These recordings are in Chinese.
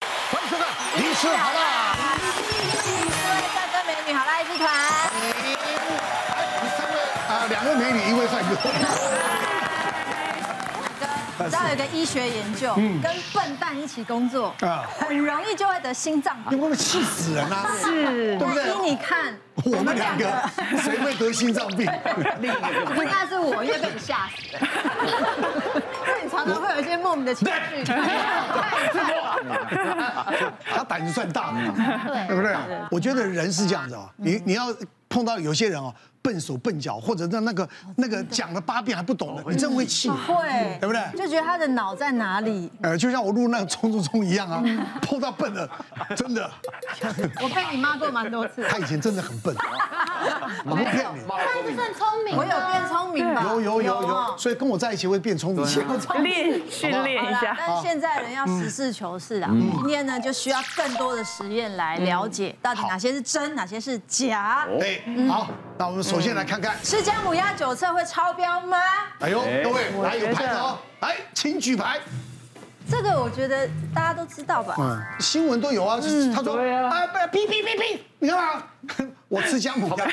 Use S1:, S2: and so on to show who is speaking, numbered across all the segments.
S1: 欢迎收看《医师好啦》。
S2: 各位帅哥美女好啦，一团。
S1: 三位啊，两位美女，一位帅哥。
S2: 你知道有个医学研究，跟笨蛋一起工作，
S1: 啊
S2: 很容易就会得心脏
S1: 你
S2: 病。
S1: 会不会气死人啊？
S2: 是，
S1: 对不对
S2: 依你看，
S1: 我们两个谁会得心脏 病？
S2: 那是我，因为被你吓死了。那你常常会有一些莫名的情绪，
S1: 他胆子算大的嘛，
S2: 对
S1: 对不对？我觉得人是这样子哦，你你要碰到有些人哦，笨手笨脚，或者那那个那个讲了八遍还不懂的，你真哦会气。
S2: 会，
S1: 对不对
S2: 就觉得他的脑在哪里？
S1: 呃，就像我录那个冲冲冲一样啊，碰到笨的，真的，
S2: 我被你骂过蛮多次，
S1: 他以前真的很 笨，我不骗你，
S3: 但是算聪明
S2: 我有变聪明
S4: 啊
S2: 吧？
S1: 有有有
S2: 哦
S1: 有，所以跟我在一起会变聪明。
S4: 练训练
S2: 好
S4: 一
S2: 啦，
S4: 下。
S2: 但是现在人要实事求是啊。
S3: 嗯
S2: 今天呢，就需要更多的实验来了解到
S3: 嗯
S2: 底哪些是真，哪些是假。
S1: 哎，好，那我们首先来看看，
S2: 吃姜母鸭九测会超标吗？
S1: 哎呦，
S3: 嗯哎
S1: 各位
S4: 我
S1: 来有
S4: 觉
S1: 牌
S4: 得
S1: 的哦，来，请举牌。
S2: 这个我觉得大家都知道吧。
S1: 嗯，新闻都有啊，是他说
S4: 对啊
S1: 啊，不，哔哔哔哔，你干嘛？ 我吃 姜母鸭，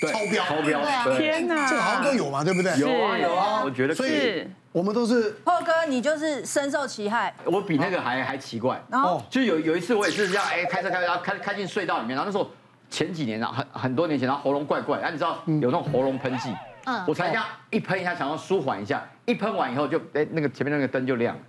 S3: 对
S1: 超标，
S3: 超标
S2: 对啊，
S3: 对，
S4: 天哪！
S1: 这个好像都有嘛，对不对？
S3: 有啊
S4: 是
S3: 有啊，我觉得
S1: 所
S3: 可
S1: 以
S3: 以，
S4: 是
S1: 我们都是
S2: 破哥，你就是深受其害。
S3: 我比那个还还奇怪。
S2: 然
S4: 哦
S2: 后
S3: 就有有一次我也是这样，哎，开车开车，然后开开进隧道里面，然后那时候前几年啊，很很多年前，然后喉咙怪怪，然后你知道有那种喉咙喷剂，嗯，我才这样一喷一下，想要舒缓一下，一喷完以后就哎那个前面那个灯就亮了，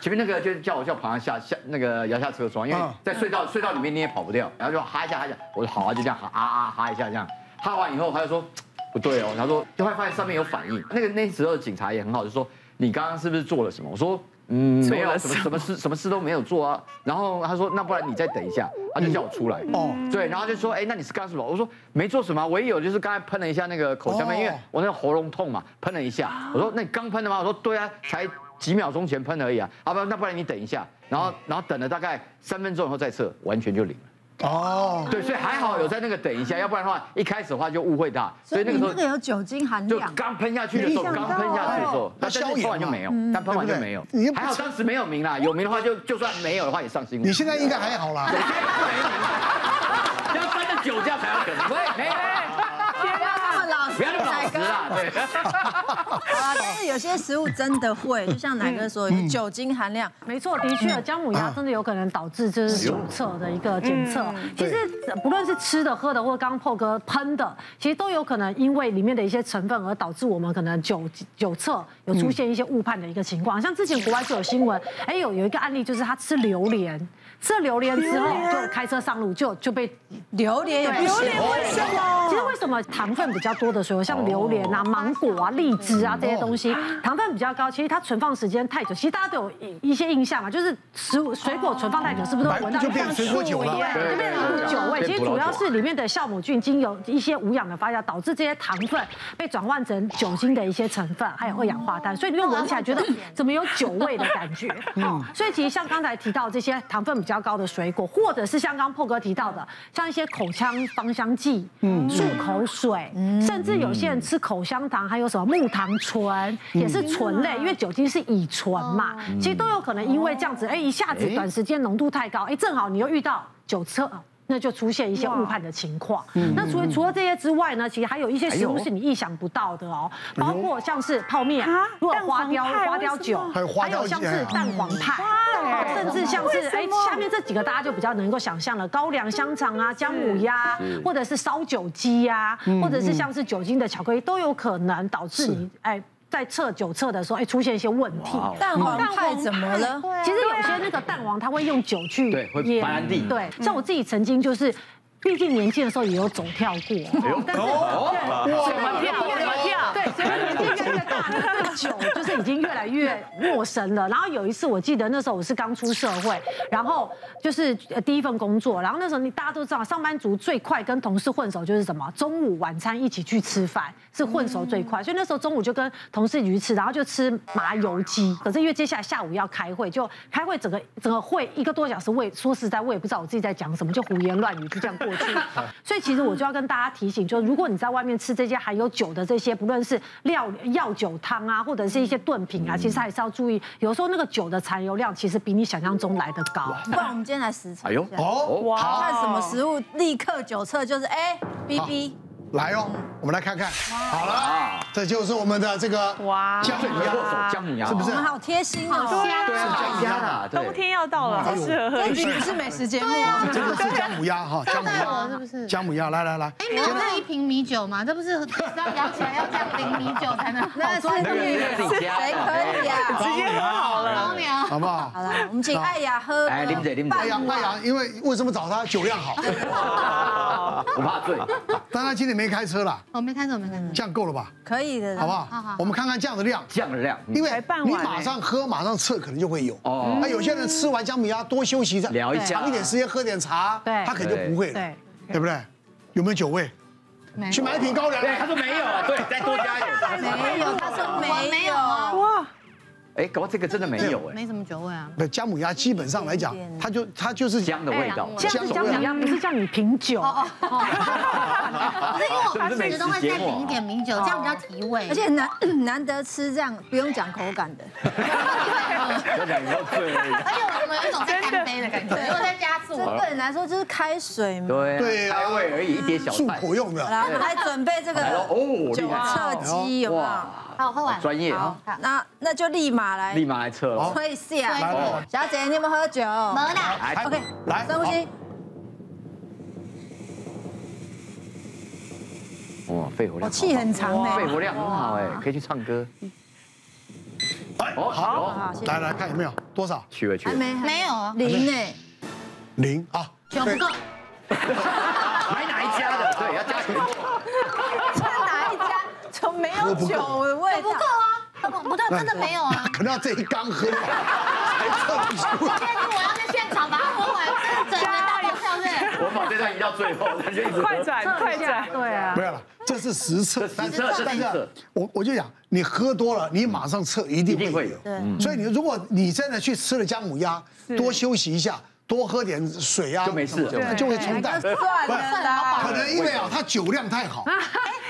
S3: 前面那个就叫我叫我爬下下那个摇下车窗，因为
S1: 嗯
S3: 在隧道隧道里面你也跑不掉，然后就哈一下哈一下，我说好啊，就这样哈啊啊哈一下这样，哈完以后他就说不对哦，他说就会发现上面有反应，那个那时候的警察也很好，就说你刚刚是不是做了什么？我说。嗯，没有啊什么什么事什么事都没有做啊。然后他说，那不然你再等一下，他就叫我出来。
S1: 哦
S3: 哦，对，然后就说，哎，那你是干什么？我说没做什么啊，唯一有就是刚才喷了一下那个口腔
S1: 哦
S3: 喷，因为我那个喉咙痛嘛，喷了一下。我说那你刚喷的吗？我说对啊，才几秒钟前喷而已啊。啊不，那不然你等一下，然后然后等了大概三分钟以后再测，完全就零了。
S1: 哦，
S3: 对，所以还好有在那个等一下，要不然的话一开始的话就误会他，
S2: 所
S3: 所以
S2: 以
S3: 那
S2: 你
S3: 个时
S2: 那
S3: 候
S2: 个。有酒精含
S3: 就
S2: 量，
S3: 刚喷下去的时候，
S4: 没想到
S3: 刚喷下去的时候
S1: 哎，那
S3: 但但是
S1: 消
S3: 喷完
S1: 炎
S3: 就
S1: 嘛嗯
S3: 没有，但喷完就没有
S1: 对不对你又。不
S3: 还好当时没有 名啦，有名的话就就算没有的话也上新闻。
S1: 你现在应该还好啦。
S3: 要沾着酒驾才有可能。喂，没没，
S2: 不要那么老实，
S3: 不要那么老
S2: 奶
S3: 实
S2: 哥。
S3: 啦，对。
S2: 啊，但是有些食物真的
S3: 嗯
S2: 会，就像奶哥说，有酒精含量。
S5: 没错，的确，姜母鸭真的有可能导致就是阻测的一个检测。其实不论是吃的、喝的，或者刚刚破哥喷的，其实都有可能因为里面的一些成分而导致我们可能酒酒测有出现一些误判的一个情况。像之前国外就有新闻，哎有有一个案例就是他吃榴莲，吃了榴莲之后就开车上路就就被
S2: 榴莲也不行，
S5: 其实为什么糖分比较多的水果，像榴莲啊、芒果啊、荔枝啊这些东西，糖分比较高，其实它存放时间太久，其实大家都有一一些印象嘛，啊就是食物水果存放太久，是不是都
S1: 白
S5: 会闻到
S1: 就变
S5: 像
S1: 水果酒了
S5: 树一样
S3: 对
S5: 就变成酒味？
S3: 对
S5: 其实主要是里面的酵母菌经由一些无氧的发酵，导致这些糖分被转换成酒精的一些成分，还有二氧化碳，所以你会闻起来觉得怎么有酒味的感觉。哦，所以其实像刚才提到这些糖分比较高的水果，或者是像刚破哥提到的，像一些口腔芳香剂、漱口水，甚至有些人吃口香糖，还有什么木糖醇，也是醇类，因为酒精是乙醇嘛，其实都有可能因为这样子，哎，一下子短时间浓度太高，哎，正好你又遇到酒测。那就出现一些误判的情况。那除了除了这些之外呢，其实还有一些食物是你意想不到的哦，包括像是泡面
S4: 啊，
S5: 如果有花雕
S4: 蛋黄派
S5: 花雕酒，
S1: 还有花雕
S5: 像
S1: 鸡
S5: 是
S1: 啊
S5: 蛋黄派，
S4: 嗯
S5: 哦甚至像是哎下面这几个大家就比较能够想象了，高粱香肠啊、姜母鸭，或者是烧酒鸡呀，或者是像是酒精的巧克力，都有可能导致你哎在测酒测的时候哎出现一些问题。
S3: 哇哦
S2: 蛋黄派怎么了？
S3: 哦
S5: 其实有些那个蛋黄，它会用酒去
S3: 对会
S5: 腌
S3: 白兰地
S5: 对，像我自己曾经就是，毕竟年轻的时候也有走跳过。啊
S3: 哎呦， 哦
S5: 但是
S3: 哇，
S5: 怎么跳？怎么跳？对，随着年纪越来越大，那个酒就是已经越来越陌生了。然后有一次，我记得那时候我是刚出社会，然后就是呃第一份工作，然后那时候你大家都知道，上班族最快跟同事混熟就是什么，中午晚餐一起去吃饭是混熟最快。所以那时候中午就跟同事一起去吃，然后就吃麻油鸡。啊可是因为接下来下午要开会，就开会整个整个会一个多小时，我也说实在我也不知道我自己在讲什么，就胡言乱语就这样过去。 所以其实我就要跟大家提醒，就如果你在外面吃这些含有酒的这些，不论是料药酒酒汤啊，或者是一些炖品啊，其实还是要注意，有时候那个酒的残留量其实比你想象中来的高。
S2: 不然我们今天来实测
S3: 哎
S2: 一下。
S3: 呦，
S1: 哦，
S4: 哇
S1: 好，
S2: 看什么食物立刻九测就是哎，B B，
S1: 来哦，我们来看看。好了
S3: 哇，
S1: 这就是我们的这个
S4: 哇
S1: 姜
S3: 对，
S1: 母
S3: 你要剁手
S1: 鸭，
S3: 姜母鸭，
S1: 是不
S2: 我
S1: 是
S2: 们好贴心哦。
S3: 啊对啊，姜母鸭啦，对嗯
S4: 冬天要到了，好适合喝
S2: 这一
S4: 饮
S2: 集不
S4: 料。
S2: 是美食节目，
S1: 真的是姜母鸭哈，姜母
S6: 我哦是
S1: 鸭，
S6: 不是？
S1: 姜母鸭，来来来，
S6: 哎，没有那一瓶米酒吗？这不是要摇起来要这样淋米酒才 能
S2: 那是
S3: 那个是
S2: 女
S3: 自己家的哎
S2: 谁可以
S4: 哎
S2: 啊？
S1: 直接喝好
S6: 高粱。
S1: 好不好？
S2: 好了，我们请艾雅喝。嗯
S3: 哎林姐林姐
S1: 哎
S2: 半
S1: 呀
S2: 碗
S1: 哎呀，因为为什么找他酒量好？
S3: 不怕醉。
S1: 但他今天没开车啦，
S6: 我哦没看始，我没看始。
S1: 这样够了吧？
S2: 可以的啦，
S1: 好不
S6: 好
S1: 好
S6: 好？
S1: 我们看看这样的量，
S3: 酱料，
S1: 因为
S4: 才半碗
S1: 你
S4: 哎
S1: 马上喝马上测，可能就会有。
S3: 哦
S1: 那有些人吃完姜母鸭多休息一下，
S3: 聊一下
S1: 长一点时间喝点茶，
S5: 对
S1: 他可能就不会了
S5: 对，
S1: 对不对？有没有酒味？
S6: 没
S1: 去买一瓶高粱
S3: 对，他说没有啊，对，再 多加一点。
S2: 没有，他说
S6: 我
S2: 没
S6: 没
S2: 有
S6: 有
S2: 啊
S6: 啊。
S4: 哇，
S3: 哎，搞这个真的没有
S1: 嗯
S3: 哎，
S6: 没什么酒味啊。
S1: 不，姜母鸭基本上来讲
S2: 一点，点
S1: 它就它哎就是
S3: 姜的味道，
S5: 这样子姜母鸭不是叫你品酒，
S3: 啊
S6: 不是因为我平时都会再淋一点米酒，这样比较提味。
S2: 而且难难 得吃这样不用讲口感的，
S3: 要讲你要醉而已。
S6: 而且我们有一种在干杯的感觉，如果再加醋
S2: 这，对你来说就是开水嘛。
S3: 对啊，
S1: 对啊
S3: 开胃而已，一碟小
S1: 漱
S3: 菜。
S1: 口用的。
S2: 来，我们来准备这个
S3: 来了哦
S2: 酒
S3: 厉害
S2: 测机，有没有？
S3: 哇，
S6: 好，我喝完了。
S3: 专业，啊
S6: 好，
S2: 那那就立马来
S3: 立马来测哦了。
S2: 吹
S6: 来
S2: 下。
S6: 来
S3: 来
S2: 小姐，你有没有喝酒
S6: 没
S3: 哦
S6: 啦。
S3: 来，
S2: ？OK，
S1: 来
S2: 深呼吸。
S3: 哇，肺活量好，
S2: 我气很长呢。
S3: 肺活量很好哎，可以去唱歌。
S1: 哎
S3: 哦，好，
S2: 好，谢谢
S1: 来来看有没有多少
S3: 去了去
S2: 还哎
S3: 了，
S2: 没
S6: 没有啊
S2: 零呢？
S1: 零啊？
S6: 酒不够，
S3: 买哪一家的？对，要加钱。
S2: 这哪一家？怎么没有酒的味
S6: 酒不
S2: 道
S6: 够？啊，呃不不对，真的没有啊。
S1: 可能要这一缸喝吧，才测得出来。
S6: 但是我要在现场把它喝完，这是整个大爆笑对。
S3: 我把这段移到最后，他就一直喝
S4: 快转快转，
S5: 对啊
S1: 没，有了，这是实测
S3: 这，实
S1: 但是
S3: 测这
S1: 但
S3: 实
S1: 是
S3: 测
S1: 我我就讲，你喝多了，你马上测一定
S3: 一定
S1: 会
S3: 会
S1: 有
S3: 有。
S2: 对
S1: 所以你如果你真的去吃了姜母鸭，多休息一下，多喝点水啊，
S3: 就没事了
S1: 什么的
S4: 对
S1: 就会冲淡。
S2: 哎算了啦，
S1: 可能因为啊，它酒量太好，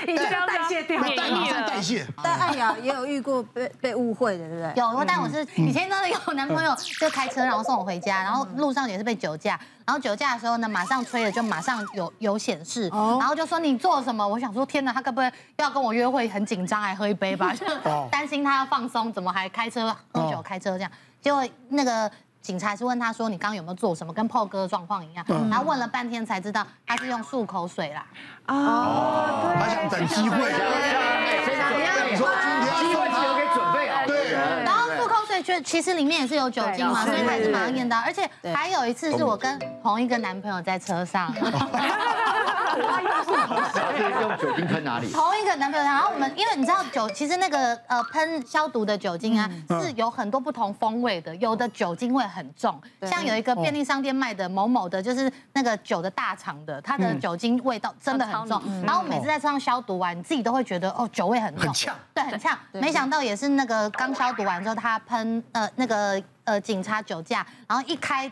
S5: 已经代谢掉啊
S4: 免
S1: 代
S4: 疫
S1: 马
S4: 了
S1: 上代谢。
S2: 但艾雅也有遇过被被误会的，对不嗯对？
S6: 有，但我是以前真的有男朋友就开车，然后送我回家，然后路上也是被酒驾，然后酒驾的时候呢，马上吹了就马上有有显示，
S2: 哦
S6: 然后就说你做了什么？我想说天哪，他该不会要跟我约会很紧张，还喝一杯 吧？就
S1: 哦
S6: 担心他要放松，怎么还开车喝酒开车这样？结果那个。警察是问他说：“你刚刚有没有做什么？跟炮哥的状况一样。”
S2: 嗯
S6: 然后问了半天才知道他是用漱口水啦。
S1: 他想等机会，你说今天
S3: 机会是留给准备好的人。
S6: 然后漱口水就其实里面也是有酒精嘛，
S2: 对
S6: 所以还是马上验到。而且
S2: 对
S6: 还有一次是我跟同一个男朋友在车上，
S3: 然后就是用酒精喷哪里？
S6: 同一个男朋友，然后我们因为你知道酒，其实那个呃喷消毒的酒精啊是有很多不同风味的，有的酒精味很重，
S2: 对
S6: 像有一个便利商店卖的某某的，就是那个酒的大厂的，它的酒精味道真的很重。
S2: 嗯
S6: 然后我每次在车上消毒完，你自己都会觉得哦酒味很重，
S1: 很呛
S6: 对，很呛。没想到也是那个刚消毒完之后，他喷呃那个呃警察酒驾，然后一开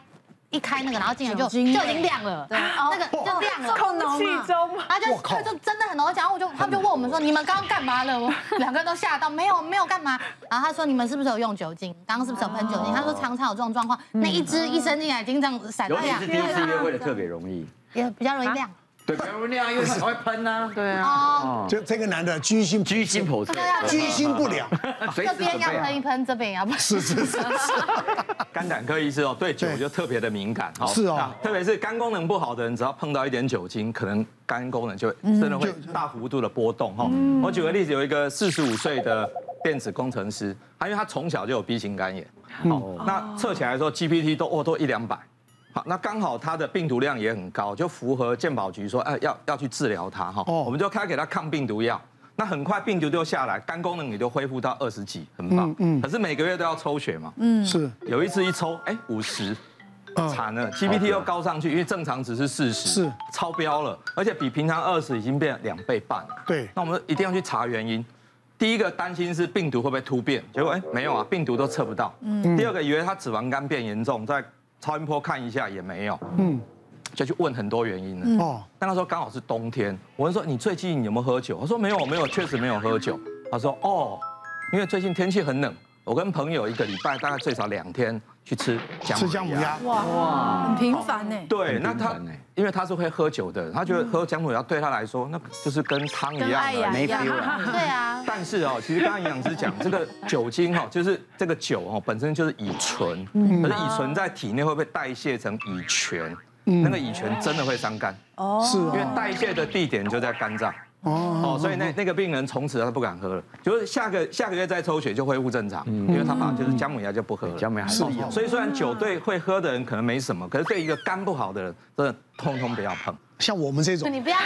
S6: 一开那个，然后进来就
S2: 酒
S6: 就
S2: 精
S6: 已
S2: 味
S6: 经亮了，啊
S2: 啊
S6: 那个
S1: 哦
S6: 就亮了。
S2: 控浓
S4: 气
S2: 嘛。
S4: 中
S6: 他就
S1: 我靠
S6: 他就真的很容易讲，我就他们就问我们说你们刚刚干嘛了？我 两个人都吓到，没有没有干嘛。然后他说你们是不是有用酒精？刚刚是不是有喷酒精？他说常常有这种状况，那一只一伸进来已经这样闪
S3: 尤
S6: 到
S3: 其
S6: 呀
S3: 是，第一次约会的特别容易。
S6: 也比较容易亮。
S3: 对，比如那样，因为它会喷呐。对啊，
S6: 哦，啊
S1: 就这个男的居心
S3: 居心叵测，
S1: 居心不良，
S3: 啊随
S6: 这
S3: 时
S6: 边
S3: 准
S6: 要
S3: 备
S6: 喷
S3: 好。
S6: 一喷，这边也要喷。
S1: 是是是
S7: 肝胆科医师哦，对酒
S1: 对
S7: 就特别的敏感哦，
S1: 是哦
S7: 那特别是肝功能不好的人，只要碰到一点酒精，可能肝功能就会
S1: 嗯
S7: 真的会大幅度的波动哈、哦。我举个例子，有一个四十五岁的电子工程师，他因为他从小就有 B 型肝炎，
S1: 嗯
S7: 哦，那测起来的时候 GPT 都哦都一两百。好，那刚好他的病毒量也很高，就符合健保局说，哎、要要去治疗他哈、
S1: 哦
S7: 我们就开给他抗病毒药。那很快病毒就下来，肝功能也就恢复到二十几，很棒。
S1: 嗯嗯
S7: 可是每个月都要抽血嘛，
S1: 是，
S7: 有一次一抽，哎，五十
S1: 嗯，
S7: 惨了，GPT 又高上去，因为正常值是四十，
S1: 是
S7: 超标了，而且比平常二十已经变两倍半了。
S1: 对
S7: 那我们一定要去查原因。第一个担心是病毒会不会突变，结果哎没有啊，病毒都测不到。
S1: 嗯
S7: 第二个以为他脂肪肝变严重，在超音波看一下也没有，
S1: 嗯
S7: 就去问很多原因了。
S1: 哦，
S7: 但那时候刚好是冬天，我问说你最近有没有喝酒？他说没有，没有，确实没有喝酒。他说哦，因为最近天气很冷，我跟朋友一个礼拜大概最少两天去吃姜
S1: 吃姜母鸭。
S2: 很频繁呢，
S7: 对，
S3: 很
S7: 那
S3: 平
S7: 他
S3: 凡欸
S7: 因为他是会喝酒的，他
S1: 嗯
S7: 觉得喝姜母鸭对他来说，那就是跟汤一
S2: 跟
S7: 样啊
S2: 爱
S7: 的
S2: 呀一
S3: 没
S2: 样
S3: feel 了。
S6: 对啊，
S7: 但是哦，其实刚刚营养师讲这个酒精哈、哦，就是这个酒哦本身就是乙醇，可是乙醇在体内会被代谢成乙醛，那个乙醛真的会伤肝，
S1: 是
S7: 因为
S1: 啊，
S7: 代谢的地点就在肝脏。
S1: 哦
S7: 哦，所以那那个病人从此他不敢喝了，就是下个下个月再抽血就恢复正常，因为他把就是姜母鸭就不喝了。
S3: 嗯
S7: 哦
S3: 姜母鸭还是
S1: 是
S3: 有，
S7: 所以虽然酒对会喝的人可能没什么，可是对一个肝不好的人，真的通通不要碰。
S1: 像我们这种
S6: 你不要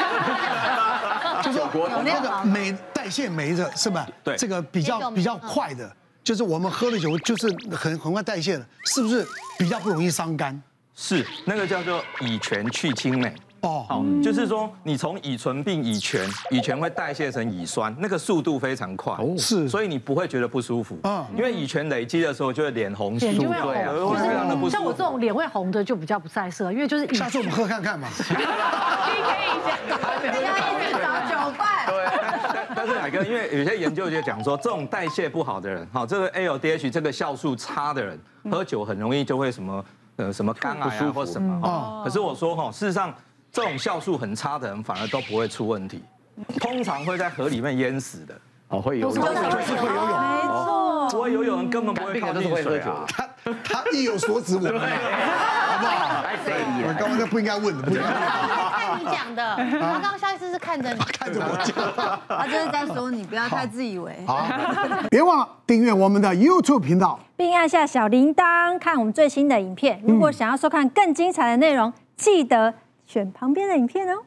S1: 就说
S6: 有那
S1: 那
S6: 个
S1: 个酶代谢酶的是吧？
S7: 对
S1: 这个比
S6: 那个
S1: 较
S6: 酶
S1: 比较
S6: 嗯
S1: 快的，就是我们喝了酒就是很很快代谢的，是不是比较不容易伤肝？
S7: 是那个叫做乙醛去氢酶。
S1: 哦，
S7: 好，
S5: 嗯
S7: 就是说你从乙醇变乙醛，乙醛会代谢成乙酸，那个速度非常快，
S5: 哦
S1: 是
S7: 所以你不会觉得不舒服。
S1: 嗯
S7: 嗯，因为乙醛累积的时候就会脸红
S5: 脸
S7: 素，
S5: 就会红
S7: 对啊，会非常的不舒服。
S5: 像我这种脸会红的就比较不太适合，因为 就是
S1: 下次我们喝看看嘛。
S2: 不要一直
S6: 哦
S2: 找酒伴。
S7: 对， 但但是海哥，因为有些研究就讲说，这种代谢不好的人，哈，这个 ALDH 这个酵素差的人，
S5: 嗯
S7: 喝酒很容易就会什么呃什么肝癌啊或什
S5: 嗯
S7: 么
S5: 哦
S7: 哈。可是我说哈，事实上这种酵素很差的人反而都不会出问题，
S5: 嗯
S7: 通常会在河里面淹死的。
S3: 哦会有，
S1: 就是会游泳，
S2: 没错，
S7: 不会游泳人根本不
S3: 肝
S7: 会
S3: 病
S7: 靠
S3: 的都
S7: 近
S3: 是会喝
S7: 水
S3: 酒
S7: 啊
S1: 他
S3: 的。。
S1: 他意有所指，我们啊好不好？
S3: 哎，谁呀
S1: 我刚刚那不应该问的，不应该问
S6: 看你讲的，他刚刚肖医师是看着你。
S1: 看着我讲。
S2: 他就是在说你不要太自以为。
S1: 好，别忘了订阅我们的 YouTube 频道。
S8: 并按下小铃铛看我们最新的影片。如果想要收看更精彩的内容，记得选旁边的影片哦。